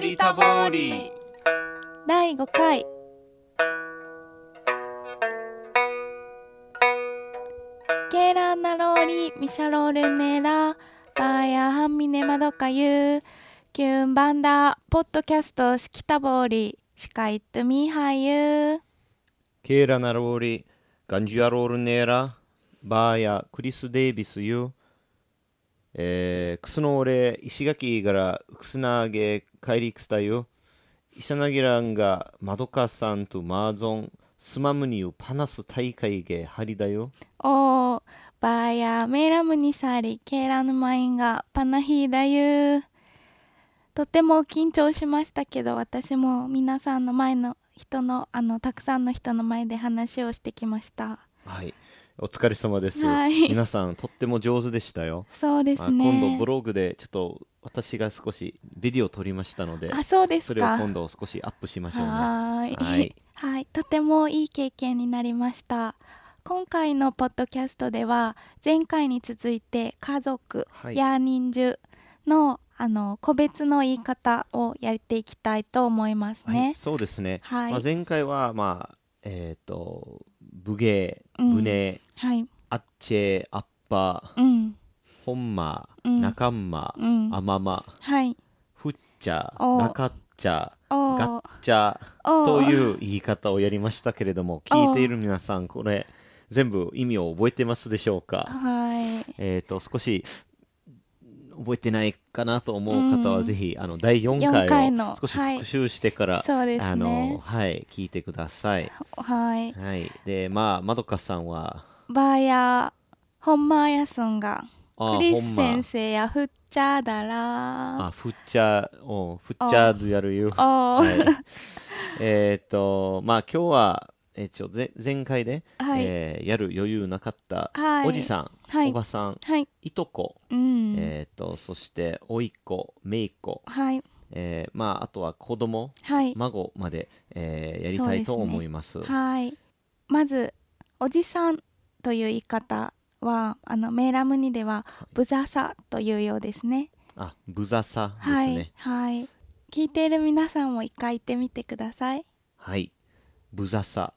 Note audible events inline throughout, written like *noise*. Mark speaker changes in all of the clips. Speaker 1: りたぼり
Speaker 2: 第5回ケーランナローリミシャロールネラバーヤハンミネマドカユーキュンバンダポッドキャストシキタボーリシカイットミーハイユー
Speaker 3: ケーラナローリ、ガンジュアロールネーラ、バーヤ、クリス・デイビスユ、えー、クスノオレ、石垣からクスナーゲ、カイリクスタユ、イシャナギランがマドカさんとマーゾン、スマムニュパナス大会ゲ、ハリだよ。
Speaker 2: おーバーヤーメイラムニサーリケーラヌマインがパナヒーダユーとても緊張しましたけど私も皆さんの前の人のあのたくさんの人の前で話をしてきました
Speaker 3: はい、お疲れ様です。
Speaker 2: はい
Speaker 3: 皆さん、とっても上手でしたよ。
Speaker 2: そうです
Speaker 3: あ今度
Speaker 2: ね
Speaker 3: ブログでちょっと私が少しビデオ撮りましたので
Speaker 2: あそうです
Speaker 3: それを
Speaker 2: か
Speaker 3: 今度少しアップしましょうね
Speaker 2: はーい
Speaker 3: はい
Speaker 2: はいとてもいい経験になりました今回のポッドキャストでは前回に続いて家族
Speaker 3: はい
Speaker 2: や人数のあの個別の言い方をやっていきたいと思います
Speaker 3: は
Speaker 2: ね
Speaker 3: い、。そうですね、
Speaker 2: はい
Speaker 3: まあ、前回はまあえっ、と武芸
Speaker 2: うん
Speaker 3: 武芸、
Speaker 2: はい、
Speaker 3: アッチェアッパ
Speaker 2: うん、
Speaker 3: ホンマ
Speaker 2: うん
Speaker 3: 仲間
Speaker 2: うん
Speaker 3: アママ
Speaker 2: はい、
Speaker 3: フッチャ
Speaker 2: お
Speaker 3: ラカッチャ
Speaker 2: お
Speaker 3: ガッ
Speaker 2: ー
Speaker 3: チャ
Speaker 2: おー
Speaker 3: という言い方をやりましたけれども聞いている皆さんこれ全部意味を覚えてますでしょうか
Speaker 2: はい、
Speaker 3: えー、と少し覚えてないかなと思う方
Speaker 2: う
Speaker 3: は
Speaker 2: ん
Speaker 3: ぜひ、あの第4
Speaker 2: 四回
Speaker 3: 回
Speaker 2: の
Speaker 3: を少し
Speaker 2: はい
Speaker 3: 復習してから、
Speaker 2: そうですね
Speaker 3: あのはい、聞いてください。
Speaker 2: はい、
Speaker 3: はい、でまあまどかさんは
Speaker 2: バーやホンマーヤソンが
Speaker 3: あー
Speaker 2: クリ
Speaker 3: ほ
Speaker 2: ス
Speaker 3: んま
Speaker 2: 先生やフッチャーだら
Speaker 3: あフッチャーおフッチャーズやるよ。
Speaker 2: お
Speaker 3: は
Speaker 2: ー、
Speaker 3: い、 *laughs* えっとまあ今日は、えーちょぜ前回で、
Speaker 2: *laughs* はい
Speaker 3: えーやる余裕なかった、
Speaker 2: はい
Speaker 3: おじさん、
Speaker 2: はい
Speaker 3: おばさん
Speaker 2: はい、
Speaker 3: いとこ、
Speaker 2: うん、
Speaker 3: えっとそしておいっ子めいっ子、
Speaker 2: はい、
Speaker 3: えーまあ、あとは子供
Speaker 2: はい、
Speaker 3: 孫まで、えーやり
Speaker 2: そう
Speaker 3: た
Speaker 2: ですね
Speaker 3: いと思います。
Speaker 2: はい、まずおじさんという言い方はあのメイラムニではブザサというようですね。
Speaker 3: あ、ブザサです
Speaker 2: はい、
Speaker 3: ね。
Speaker 2: はい、聞いている皆さんも一回言ってみてください。
Speaker 3: はい、ブザサ、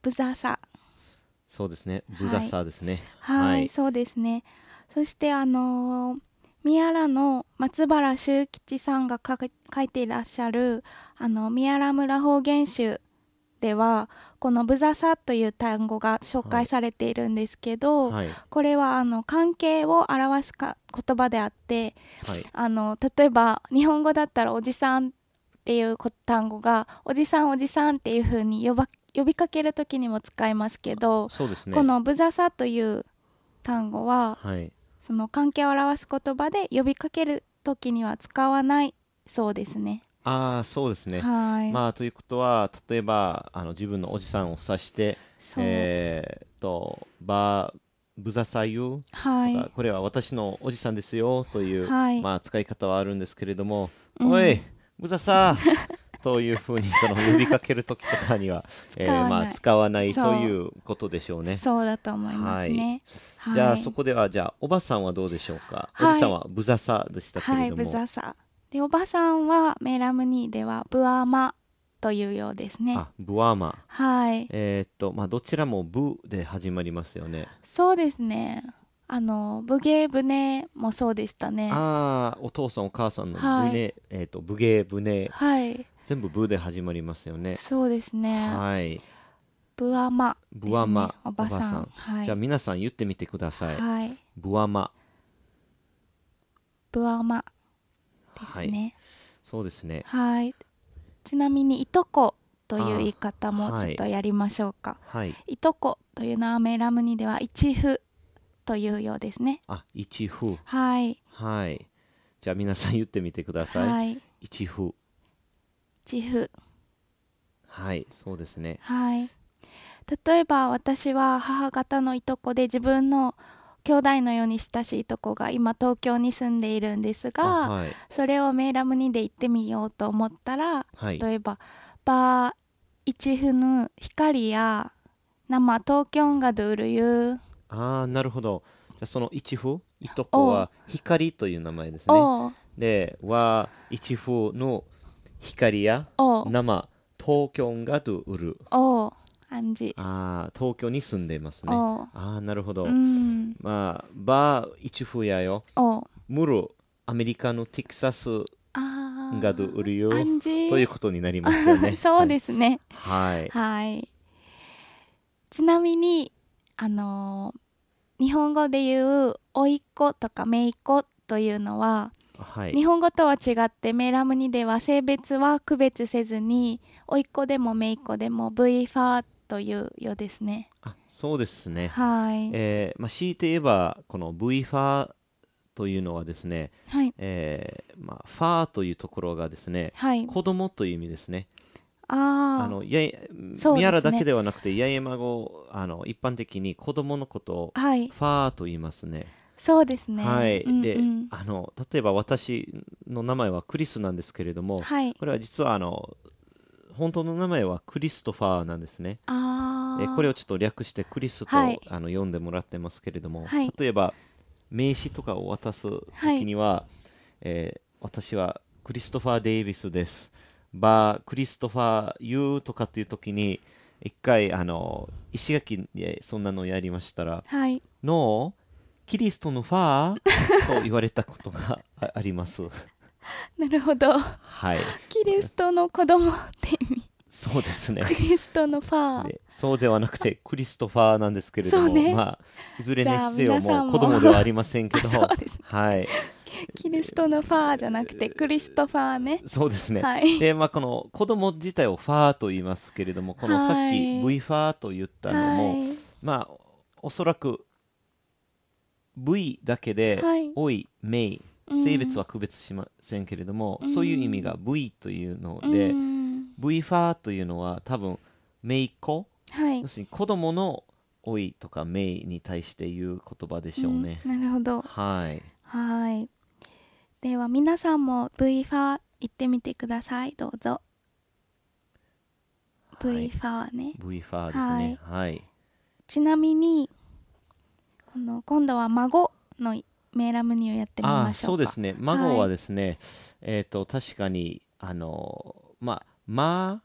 Speaker 2: ブザサ、
Speaker 3: そうですね。ブザサですね。
Speaker 2: はい、そうですね。そしてあのー宮良の松原修吉さんが書か書いていらっしゃるあの宮良村方言集ではこのブザサという単語が紹介されているんですけど、
Speaker 3: はい、
Speaker 2: これはあの関係を表すか言葉であって
Speaker 3: はい、
Speaker 2: あの例えば日本語だったら「おじさん」っていうこ単語が「おじさんおじさん」っていう風に呼ば呼びかける時にも使いますけど、
Speaker 3: そうですね。
Speaker 2: この「ぶざさ」という単語は
Speaker 3: はい、
Speaker 2: その関係を表す言葉で呼びかける時には使わないそうですね。
Speaker 3: ああ、そうですね。
Speaker 2: はい、
Speaker 3: まあということは例えばあの自分のおじさんを指して、
Speaker 2: そう、
Speaker 3: えー、とバーブザサユ
Speaker 2: は
Speaker 3: とか、
Speaker 2: い、
Speaker 3: これは私のおじさんですよという、
Speaker 2: はい
Speaker 3: まあ、使い方はあるんですけれども、
Speaker 2: うん
Speaker 3: おい、ブザサー *laughs* というふうにその呼びかけるときとか
Speaker 2: *laughs*
Speaker 3: には、え
Speaker 2: 使わ
Speaker 3: ー
Speaker 2: ない
Speaker 3: まあ、使わない
Speaker 2: そう
Speaker 3: ということでしょうね。
Speaker 2: そうだと思いますね。はい、
Speaker 3: じゃあそこではじゃあおばさんはどうでしょうか、
Speaker 2: はい
Speaker 3: おじさんはブザサでしたけ
Speaker 2: は
Speaker 3: れ
Speaker 2: い、
Speaker 3: ど
Speaker 2: ブ
Speaker 3: も、
Speaker 2: ザサでおばさんはメラムニーではブアーマというようですね
Speaker 3: あブアーマ
Speaker 2: はい
Speaker 3: えーっとまあどちらもブで始まりますよね、
Speaker 2: そうですねあのブゲブネもそうでしたね
Speaker 3: ああお父さんお母さんのブネ、
Speaker 2: はい
Speaker 3: えーっとブゲブネ
Speaker 2: はい
Speaker 3: 全部ブで始まりますよね
Speaker 2: そうですね、
Speaker 3: はい
Speaker 2: ブアーマですね
Speaker 3: ブアーマ
Speaker 2: おばさん
Speaker 3: おばさん
Speaker 2: はい
Speaker 3: じゃあ皆さん言ってみてください、
Speaker 2: はい
Speaker 3: ブアマ
Speaker 2: ブアーマです
Speaker 3: はい、
Speaker 2: ね
Speaker 3: そうですね
Speaker 2: はいちなみにいとこという言い方
Speaker 3: あ
Speaker 2: も
Speaker 3: ー
Speaker 2: ちょっとやりましょうか、
Speaker 3: はい
Speaker 2: い、とこというのはメラムニーでは一夫というようですね
Speaker 3: あ一夫
Speaker 2: はい
Speaker 3: はいじゃあ皆さん言ってみてください、
Speaker 2: はい
Speaker 3: 一夫
Speaker 2: 一夫
Speaker 3: はいそうですね
Speaker 2: はい。例えば私は母方のいとこで自分の兄弟のように親しいとこが今東京に住んでいるんですが、
Speaker 3: あはい
Speaker 2: それをメイラムにで行ってみようと思ったら、
Speaker 3: はい
Speaker 2: 例えばバー一フヌ光や生東京がドゥルユ
Speaker 3: ああなるほどじゃあその一夫いとこは光という名前ですね
Speaker 2: を
Speaker 3: で、は一風の光や
Speaker 2: おう
Speaker 3: 生東京がと売る。
Speaker 2: おう暗示
Speaker 3: ああ、東京に住んでいますね。
Speaker 2: おう
Speaker 3: ああ、なるほど。
Speaker 2: うん
Speaker 3: まあ、バー一風やよ。
Speaker 2: おう
Speaker 3: ムル、アメリカのテキサス
Speaker 2: ああ
Speaker 3: がと売るよ。
Speaker 2: 暗示
Speaker 3: ということになりますよね。
Speaker 2: *laughs* そうですね
Speaker 3: はい。はい。
Speaker 2: はいちなみにあのー日本語で言う「おいっ子」とか「めいっ子」というのは
Speaker 3: はい。
Speaker 2: 日本語とは違ってメラムニでは性別は区別せずに甥っ子でも姪っ子でも V ファーというようですね。
Speaker 3: あそうですね。
Speaker 2: はい。
Speaker 3: えーまあ、強いて言えばこの V ファーというのはですね、
Speaker 2: はい。
Speaker 3: えーまあ、ファーというところがですね
Speaker 2: はい。
Speaker 3: 子供という意味ですね。
Speaker 2: あ
Speaker 3: あ
Speaker 2: あ
Speaker 3: のやい
Speaker 2: すね
Speaker 3: ミヤラだけではなくて八重孫あの一般的に子供のことを
Speaker 2: はい。
Speaker 3: ファーと言いますね。
Speaker 2: そうですね。
Speaker 3: はい、
Speaker 2: うんうん
Speaker 3: であの例えば私の名前はクリスなんですけれども、
Speaker 2: はい。
Speaker 3: これは実はあの本当の名前はクリストファーなんですね。
Speaker 2: ああ。
Speaker 3: えーこれをちょっと略してクリスと、
Speaker 2: はい
Speaker 3: あの読んでもらってますけれども、
Speaker 2: はい
Speaker 3: 例えば名刺とかを渡す時には、えー私はクリストファー・デイビスです。バークリストファー・ユーとかっていう時に一回あの石垣でそんなのやりましたら
Speaker 2: はい。
Speaker 3: 「ノーキリストのファー」と言われたことがああります。
Speaker 2: なるほど。
Speaker 3: はい、
Speaker 2: キリストの子供って意味。
Speaker 3: そうですね。
Speaker 2: クリストのファー。
Speaker 3: でそうではなく
Speaker 2: *laughs*
Speaker 3: てクリストファーなんですけれども、
Speaker 2: そうね
Speaker 3: まあ、いずれ
Speaker 2: じ
Speaker 3: に
Speaker 2: ゃあ
Speaker 3: せよ
Speaker 2: 皆さん
Speaker 3: もう
Speaker 2: も
Speaker 3: 子供ではありませんけど
Speaker 2: あ *laughs* そうですね
Speaker 3: はい、
Speaker 2: キリストのファーじゃなくてクリストファーね。
Speaker 3: そうですね、
Speaker 2: はい
Speaker 3: で、まあ、この子供自体をファーと言いますけれどもこのさっ
Speaker 2: は
Speaker 3: き
Speaker 2: い
Speaker 3: V ファーと言ったのも、
Speaker 2: は
Speaker 3: まあ、おそらく V だけで、
Speaker 2: はい
Speaker 3: おい、めい
Speaker 2: うん
Speaker 3: 性別は区別しませんけれども、
Speaker 2: うん
Speaker 3: そういう意味が V というの
Speaker 2: い。
Speaker 3: で、
Speaker 2: うん。
Speaker 3: V ファーというのは多分めいっ子
Speaker 2: はい
Speaker 3: 要。するに子供の老いとかめいに対して言う言葉でしょうね。
Speaker 2: うんなるほど。
Speaker 3: はい。
Speaker 2: はい。では皆さんも V ファー行ってみてください。どうぞ。
Speaker 3: は
Speaker 2: V
Speaker 3: い
Speaker 2: ファーね。
Speaker 3: V ファーですね。はい。
Speaker 2: ちなみにこの今度は孫のメーラムニューやってみ
Speaker 3: ああー、
Speaker 2: ましょ
Speaker 3: そうう
Speaker 2: か。
Speaker 3: ですね。孫はですね、えっ、と確かにあのまあまあ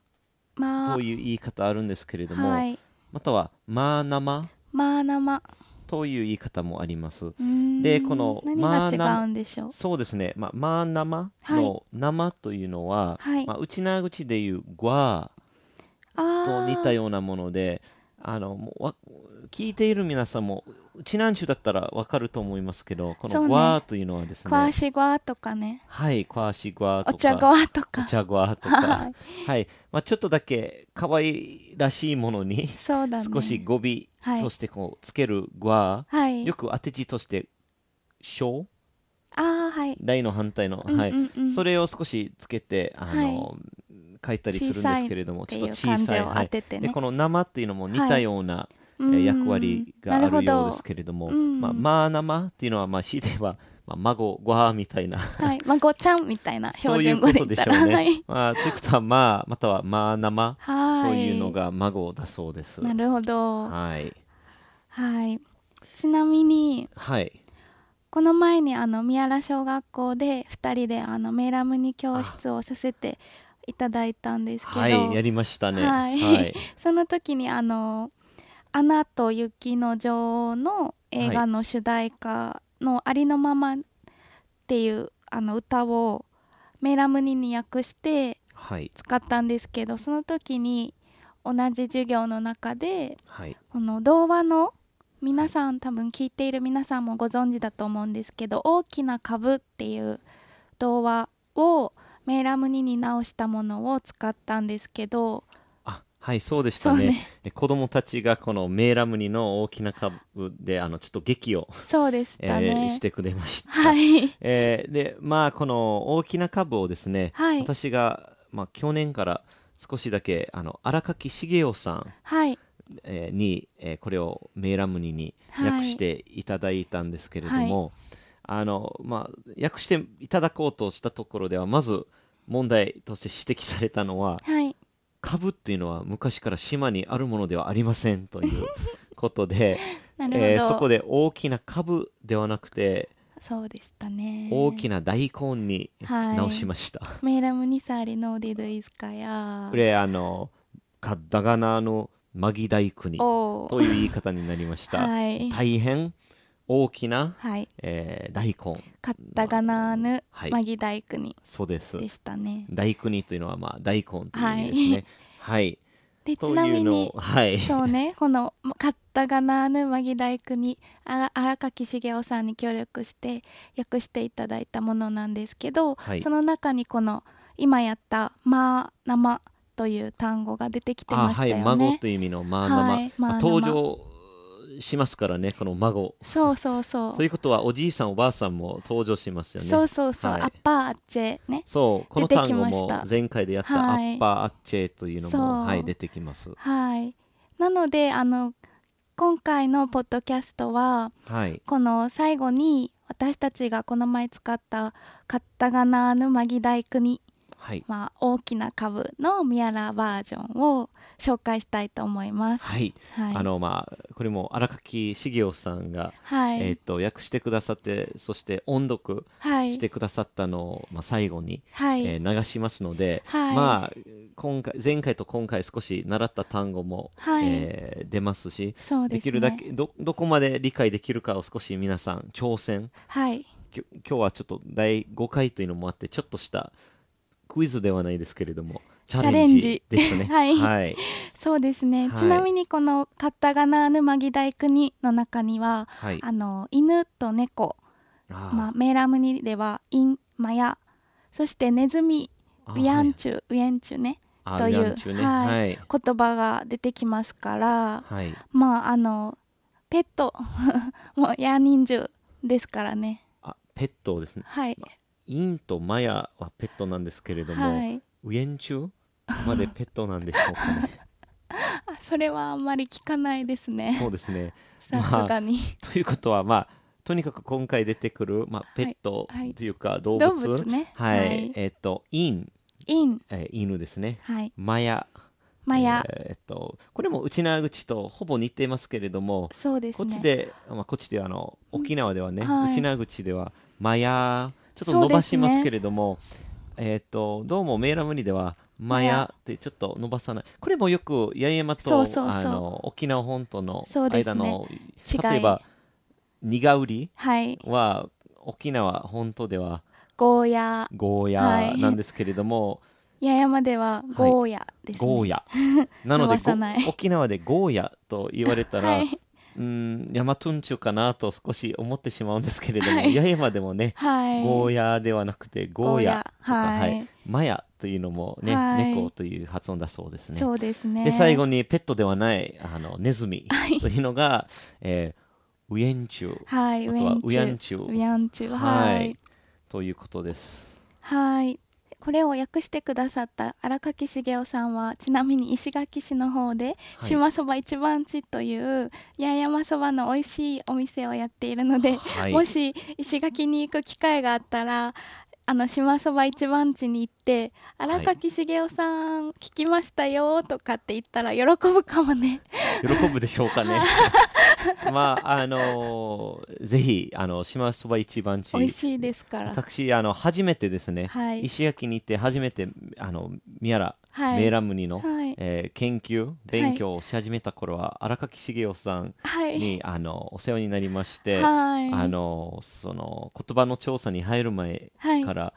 Speaker 2: まあ
Speaker 3: という言い方あるんですけれども、
Speaker 2: はい。
Speaker 3: またはまあなま
Speaker 2: まあ生。
Speaker 3: という言い方もあります。
Speaker 2: うーん
Speaker 3: でこの
Speaker 2: 何
Speaker 3: まあ
Speaker 2: が違
Speaker 3: 生
Speaker 2: うんでしょう。
Speaker 3: そうですね。まあまあなまの生というのは、
Speaker 2: はい
Speaker 3: まあうちな口で言うわ
Speaker 2: あ
Speaker 3: と
Speaker 2: あ。
Speaker 3: 似たようなものであのもうわ聞いている皆さんもうちなんちゅだったらわかると思いますけどこ
Speaker 2: そう
Speaker 3: の「
Speaker 2: ね
Speaker 3: わ」というのはです
Speaker 2: クワ
Speaker 3: ね
Speaker 2: シゴアとかね。
Speaker 3: はい「クワシグワ」とか
Speaker 2: お茶ゴアと
Speaker 3: お
Speaker 2: か。
Speaker 3: 茶ごわ」とか
Speaker 2: は
Speaker 3: はい
Speaker 2: い。、
Speaker 3: まあ、ちょっとだけ可愛らしいものに
Speaker 2: そうだね。
Speaker 3: 少し語尾
Speaker 2: はい
Speaker 3: としてこうつける「わ
Speaker 2: はい。」
Speaker 3: よく当て字として「しょう
Speaker 2: ああはい」。
Speaker 3: 大の反対の、
Speaker 2: うん
Speaker 3: はい
Speaker 2: うんうん
Speaker 3: それを少しつけてあの、書いたりするんですけれども
Speaker 2: って
Speaker 3: ち
Speaker 2: い
Speaker 3: ょ
Speaker 2: う
Speaker 3: っと小
Speaker 2: 感じ
Speaker 3: さい、
Speaker 2: を
Speaker 3: は
Speaker 2: 当
Speaker 3: い、
Speaker 2: てて
Speaker 3: で
Speaker 2: ね。
Speaker 3: この「生」っていうのも似たような、え
Speaker 2: うん
Speaker 3: ー役割があるようですけれども、
Speaker 2: なるほどうん
Speaker 3: まあ、まあ生っていうのは、まあ、強いて言えば、まあ、孫ごはみたいな、
Speaker 2: はい、孫ちゃんみたいな
Speaker 3: *laughs* そうい
Speaker 2: 標
Speaker 3: う
Speaker 2: 準語
Speaker 3: こ
Speaker 2: で
Speaker 3: と
Speaker 2: 言っ
Speaker 3: でしたょ
Speaker 2: ら、
Speaker 3: う
Speaker 2: は
Speaker 3: ね
Speaker 2: い。。
Speaker 3: まあ、ということは、まあ、または、まあ生
Speaker 2: はい。
Speaker 3: というのが孫だそうです。
Speaker 2: なるほど。は
Speaker 3: はい。
Speaker 2: い。ちなみに
Speaker 3: はい。
Speaker 2: この前にあの宮原小学校で二人であのメラムニ教室をさせていただいたんですけど、
Speaker 3: はい、やりましたね。
Speaker 2: はい
Speaker 3: はい。
Speaker 2: その時にあの「アナと雪の女王」の映画の主題歌の「ありのまま」っていうあの歌をメラムニに訳して
Speaker 3: はい。
Speaker 2: 使ったんですけどその時に同じ授業の中で
Speaker 3: はい。
Speaker 2: この童話の皆さん多分聞いている皆さんもご存知だと思うんですけど「大きな株」っていう童話をメイラムニに直したものを使ったんですけど
Speaker 3: あ、はい、そうでした
Speaker 2: そう
Speaker 3: ね
Speaker 2: ね。
Speaker 3: で子供たちがこのメーラムニの大きな株で、あの、ちょっと劇を、
Speaker 2: そうでし
Speaker 3: え
Speaker 2: た
Speaker 3: ー
Speaker 2: ね。
Speaker 3: してくれました。
Speaker 2: はい、
Speaker 3: えーでまあこの大きな株をですね、
Speaker 2: はい
Speaker 3: 私が、まあ、去年から少しだけあの荒垣茂雄さん、
Speaker 2: はい、
Speaker 3: えーに、えーこれをメーラムニに
Speaker 2: はい
Speaker 3: 訳していただいたんですけれども、あのまあ、訳していただこうとしたところではまず問題として指摘されたのは
Speaker 2: はい、
Speaker 3: 株っていうのは昔から島にあるものではありませんということで、
Speaker 2: *laughs* なるほど、
Speaker 3: えーそこで大きな株ではなくて
Speaker 2: そうでしたね
Speaker 3: 大きな大根に
Speaker 2: はい
Speaker 3: 直しました。
Speaker 2: メーラムニサーリノーディドイスカヤ
Speaker 3: これあのカッダガナのマギ大工に
Speaker 2: お
Speaker 3: という言い方になりました。
Speaker 2: はい
Speaker 3: 大変大きな、
Speaker 2: はい
Speaker 3: えー大根。
Speaker 2: カッタガナーヌ
Speaker 3: はい
Speaker 2: マギ大国
Speaker 3: そうです。
Speaker 2: でしたね
Speaker 3: 大根というのはまあ大根という意味ですね。はい。
Speaker 2: でち
Speaker 3: と
Speaker 2: な
Speaker 3: いう
Speaker 2: み
Speaker 3: の
Speaker 2: に
Speaker 3: をはい。
Speaker 2: そうね、この「カッタガナーヌマギ大工に」あ荒垣茂雄さんに協力して訳していただいたものなんですけど、
Speaker 3: はい
Speaker 2: その中にこの今やった「まーなま」という単語が出てきて
Speaker 3: あ
Speaker 2: ました
Speaker 3: は
Speaker 2: よ
Speaker 3: い
Speaker 2: ね。
Speaker 3: 孫という意味のまあまあ、
Speaker 2: はい
Speaker 3: まあ
Speaker 2: まあ
Speaker 3: 登場しますからねこの孫。
Speaker 2: そうそうそう
Speaker 3: ということはおじいさんおばあさんも登場しますよね。
Speaker 2: そうそうそう、
Speaker 3: はい
Speaker 2: アッパーチェね
Speaker 3: そうこの
Speaker 2: 出
Speaker 3: 単
Speaker 2: てき
Speaker 3: 語
Speaker 2: ました
Speaker 3: も前回でやったア
Speaker 2: はい
Speaker 3: ッパーアッチェというの
Speaker 2: そ
Speaker 3: も
Speaker 2: う
Speaker 3: はい出てきます。
Speaker 2: はいなのであの今回のポッドキャストは
Speaker 3: はい
Speaker 2: この最後に私たちがこの前使った「カッタガナーヌマギ大工に」
Speaker 3: はい
Speaker 2: まあ、大きな株のミヤラバージョンを紹介したいと思います。
Speaker 3: はい。
Speaker 2: はい、
Speaker 3: あのまあこれも荒垣茂雄さんが、
Speaker 2: はい、
Speaker 3: えっ、と訳してくださってそして音読
Speaker 2: は
Speaker 3: し
Speaker 2: い、
Speaker 3: てくださったのを、まあ、最後に、
Speaker 2: はい、
Speaker 3: えー流しますので、
Speaker 2: はい
Speaker 3: まあ今回前回と今回少し習った単語も、
Speaker 2: はい
Speaker 3: えー出ますし
Speaker 2: そうです、ね、
Speaker 3: できるだけどどこまで理解できるかを少し皆さん挑戦
Speaker 2: はい、
Speaker 3: きょ今日はちょっと第5回というのもあってちょっとしたクイズではないですけれどもチャレンジ
Speaker 2: チャ
Speaker 3: で
Speaker 2: レン
Speaker 3: す
Speaker 2: ジ
Speaker 3: ね
Speaker 2: *laughs* はい
Speaker 3: はい
Speaker 2: そうですね。
Speaker 3: はい
Speaker 2: ちなみにこのカッタガナーヌマギ大国の中には、
Speaker 3: はい
Speaker 2: あの犬と猫、
Speaker 3: あー
Speaker 2: まあメーラムニではインマヤ、そしてネズミ、
Speaker 3: あ
Speaker 2: ビアンチュ、ウエンチュね
Speaker 3: はい
Speaker 2: とい
Speaker 3: あ
Speaker 2: う
Speaker 3: ウィアンチュね
Speaker 2: はい
Speaker 3: はい
Speaker 2: 言葉が出てきますから、
Speaker 3: はい
Speaker 2: まああのペット *laughs* もうヤーニンジュですからね。
Speaker 3: あペットですね
Speaker 2: はい。
Speaker 3: インとマヤはペットなんですけれども、
Speaker 2: はい。
Speaker 3: ウエンチュまでペットなんでしょうか
Speaker 2: *laughs*
Speaker 3: ね
Speaker 2: あそれはあんまり聞かないですね。
Speaker 3: そうですね
Speaker 2: さすがに。
Speaker 3: ということはまあとにかく今回出てくる、まあ、ペット
Speaker 2: はい
Speaker 3: というか動物,、
Speaker 2: 動物ね。
Speaker 3: はい、
Speaker 2: はい。
Speaker 3: えっ、とイン、
Speaker 2: イン。
Speaker 3: えー犬ですね
Speaker 2: はい。
Speaker 3: マヤ
Speaker 2: マヤ。
Speaker 3: えーえっとこれも内縄口とほぼ似てますけれども、
Speaker 2: そうです
Speaker 3: こ
Speaker 2: ね。
Speaker 3: っちで、まあ、こっちではあの沖縄ではね、
Speaker 2: うんはい
Speaker 3: 内縄口ではマヤちょっと
Speaker 2: そ
Speaker 3: 伸
Speaker 2: うですね
Speaker 3: ばしますけれども、えっとどうもメーラムニではマ
Speaker 2: マ
Speaker 3: ヤ
Speaker 2: ヤ
Speaker 3: ってちょっと伸ばさないこれもよく八重山と
Speaker 2: そうそうそう
Speaker 3: あの沖縄本島の
Speaker 2: そうです
Speaker 3: 間
Speaker 2: ね
Speaker 3: の、
Speaker 2: 違い
Speaker 3: 例えば苦売り
Speaker 2: はい。
Speaker 3: は沖縄本島では
Speaker 2: ゴーヤ。
Speaker 3: ゴー
Speaker 2: は
Speaker 3: ヤ
Speaker 2: い
Speaker 3: なんですけれども、
Speaker 2: 八重山ではゴーヤですね。
Speaker 3: ゴー
Speaker 2: *laughs*
Speaker 3: ヤなので
Speaker 2: 伸ばさない
Speaker 3: ご沖縄でゴーヤと言われたら、
Speaker 2: はい。
Speaker 3: うんヤマトンチュかなと少し思ってしまうんですけれども、
Speaker 2: はい
Speaker 3: 八重山でもね、
Speaker 2: はい。
Speaker 3: ゴーヤではなくてゴーヤとか
Speaker 2: ゴーヤ
Speaker 3: は
Speaker 2: はいい
Speaker 3: マヤというのもね、
Speaker 2: はい
Speaker 3: 猫という発音だそうですね。
Speaker 2: そうですね。
Speaker 3: で最後にペットではないあのネズミというのが、えーウエンチュ
Speaker 2: はい。
Speaker 3: あとはウヤン
Speaker 2: チ
Speaker 3: チ
Speaker 2: ュ。ウ
Speaker 3: ュ
Speaker 2: ヤンチュ。はい。
Speaker 3: ということです。
Speaker 2: はい。これを訳してくださった荒垣茂雄さんはちなみに石垣市の方で
Speaker 3: はい
Speaker 2: 島そば一番地という八重山そばの美味しいお店をやっているので、
Speaker 3: はい
Speaker 2: もし石垣に行く機会があったらあの島そば一番地に行って「
Speaker 3: い
Speaker 2: 荒垣茂雄さん聞きましたよ」とかって言ったら喜ぶかもね。
Speaker 3: 喜ぶでしょうかね。 *laughs* まああのーぜひあの島そば一番地
Speaker 2: 美味しいですから。
Speaker 3: 私あの初めてですね、
Speaker 2: はい
Speaker 3: 石垣に行って初めてあの宮良、
Speaker 2: はい
Speaker 3: メーラムニの、
Speaker 2: はい
Speaker 3: えー研究勉強をし始めた頃は、荒垣茂雄さん
Speaker 2: はい。
Speaker 3: にあのお世話になりまして、
Speaker 2: はい。
Speaker 3: あのその言葉の調査に入る前
Speaker 2: はい
Speaker 3: から、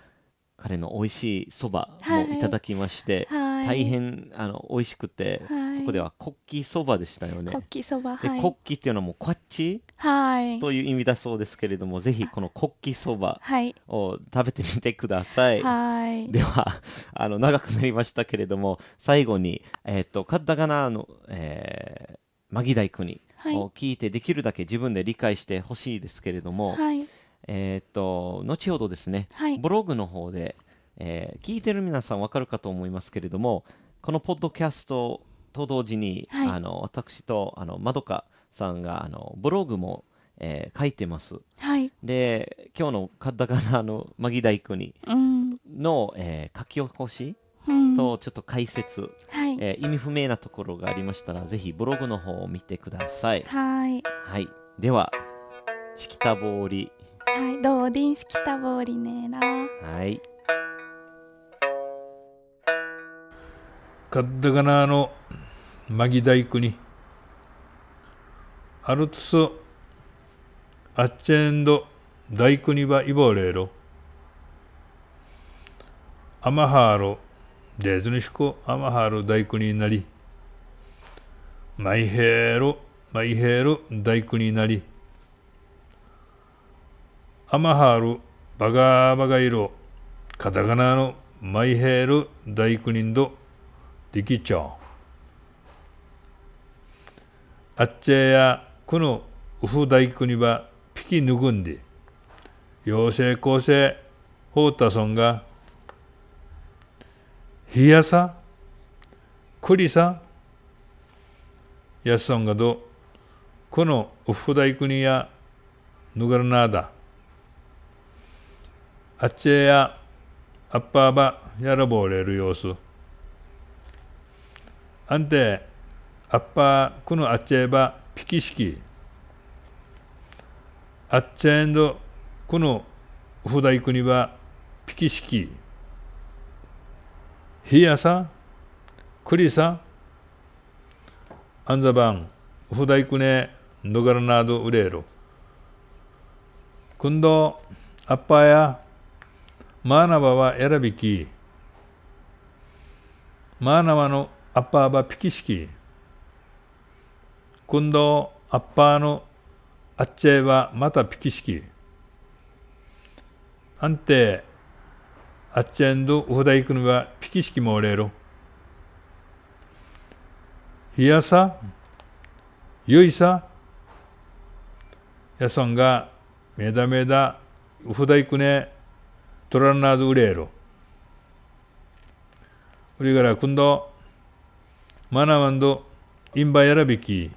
Speaker 3: 彼の美味しいそば
Speaker 2: は
Speaker 3: も
Speaker 2: い
Speaker 3: いただきまして、
Speaker 2: はい
Speaker 3: 大変あの美味しくて、
Speaker 2: はい
Speaker 3: そこでは国旗そばでしたよね。
Speaker 2: 国旗そば
Speaker 3: で
Speaker 2: はい。
Speaker 3: 国旗っていうのはもうこっち
Speaker 2: はい。
Speaker 3: という意味だそうですけれども、ぜひこの国旗そば
Speaker 2: はい。
Speaker 3: を食べてみてください。
Speaker 2: はい。
Speaker 3: では *laughs* あの長くなりましたけれども最後に、えっとカッタガナの、えーマギ大工に、
Speaker 2: はい
Speaker 3: を聞いてできるだけ自分で理解してほしいですけれども、
Speaker 2: はい。
Speaker 3: えっと後ほどですね、
Speaker 2: はい
Speaker 3: ブログの方で、えー聞いてる皆さんわかるかと思いますけれどもこのポッドキャストと同時に、
Speaker 2: はい
Speaker 3: あの私とあのまどかさんがあのブログも、えー書いてます。
Speaker 2: はい。
Speaker 3: で今日のカッタガナのマギ大工に
Speaker 2: うん。
Speaker 3: の、えー書き起こし
Speaker 2: うん。
Speaker 3: とちょっと解説、
Speaker 2: はい。
Speaker 3: えー意味不明なところがありましたらぜひブログの方を見てください、
Speaker 2: はい。
Speaker 3: はい、では「チキタボーリ
Speaker 2: はい、どうディンシキタボーリネーラー。
Speaker 3: はい。
Speaker 1: カッダガナーのマギ大工にアルトスアッチェンド大工にばイボレーロアマハーロデーズニシコアマハーロ大工になりマイヘーロマイヘーロ大工になりアマハーロバガーバガイロカタガナのマイヘーロ大工人どできちゃう。あっちゃやこのウフ大工にはピキぬぐんで、妖精構成ホータソンが、ひやさ、くりさ、やっそんがど、このウフ大工にやぬがらなだ。あっちゃやアッパーばやらぼれる様子。あんて、あっぱ、このあっちゃえば、ピキシキ。あっちゃえんど、この、ふだいくには、ピキシキ。ひやさ、くりさ、あんざばん、ふだいくね、どがらなどうれろ。今度、あっぱや、マーナバは選びき。マーナマのアッパーバピキシキ。今度アッパーのあっちゃえばまたピキシキ。あんてあっちゃえんどおふだいくのはピキシキもおれろ。ひやさ、ゆいさ、やそんがめだめだおふだいくねとらんなどうれろ。うりから今度マナワンド、インバヤラビキ、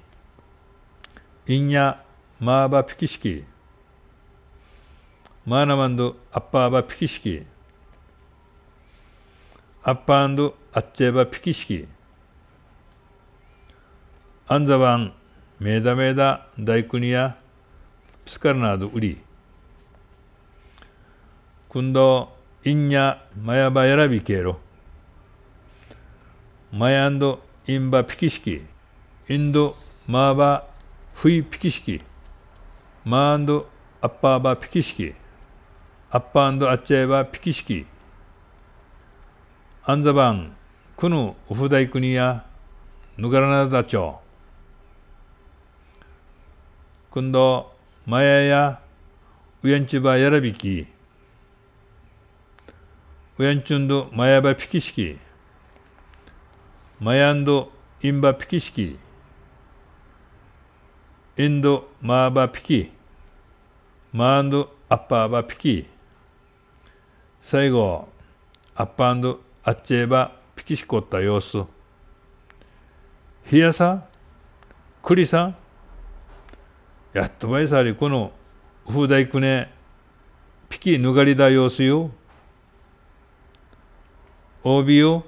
Speaker 1: インヤ、マーバピキシキ、マナワンド、アッパーバピキシキ、アッパーンド、アッチェバピキシキ、アンザワン、メダメダ、ダイクニア、ピスカルナード、ウリ、今度、インヤ、マヤバヤラビケロ、マヤンドインバピキシキ、インドマーバフイピキシキ、マーンドアッパーバピキシキ、アッパーンドアッチャイバピキシキ、アンザバン、クヌウフダイクニヤ、ヌガラナダチョウ。今度、マヤやウヤンチバヤラビキ、ウヤンチュンドマヤバピキシキ、マヤンド・インバ・ピキシキ、インド・マーバ・ピキ、マーンド・アッパーバ・ピキ、最後、アッパーンアッチェーバ・ピキシコった様子、ヒヤさ、クリさ、やっとばいさりこの、フーダイクネ、ピキぬがりだ様子よ、オービよ、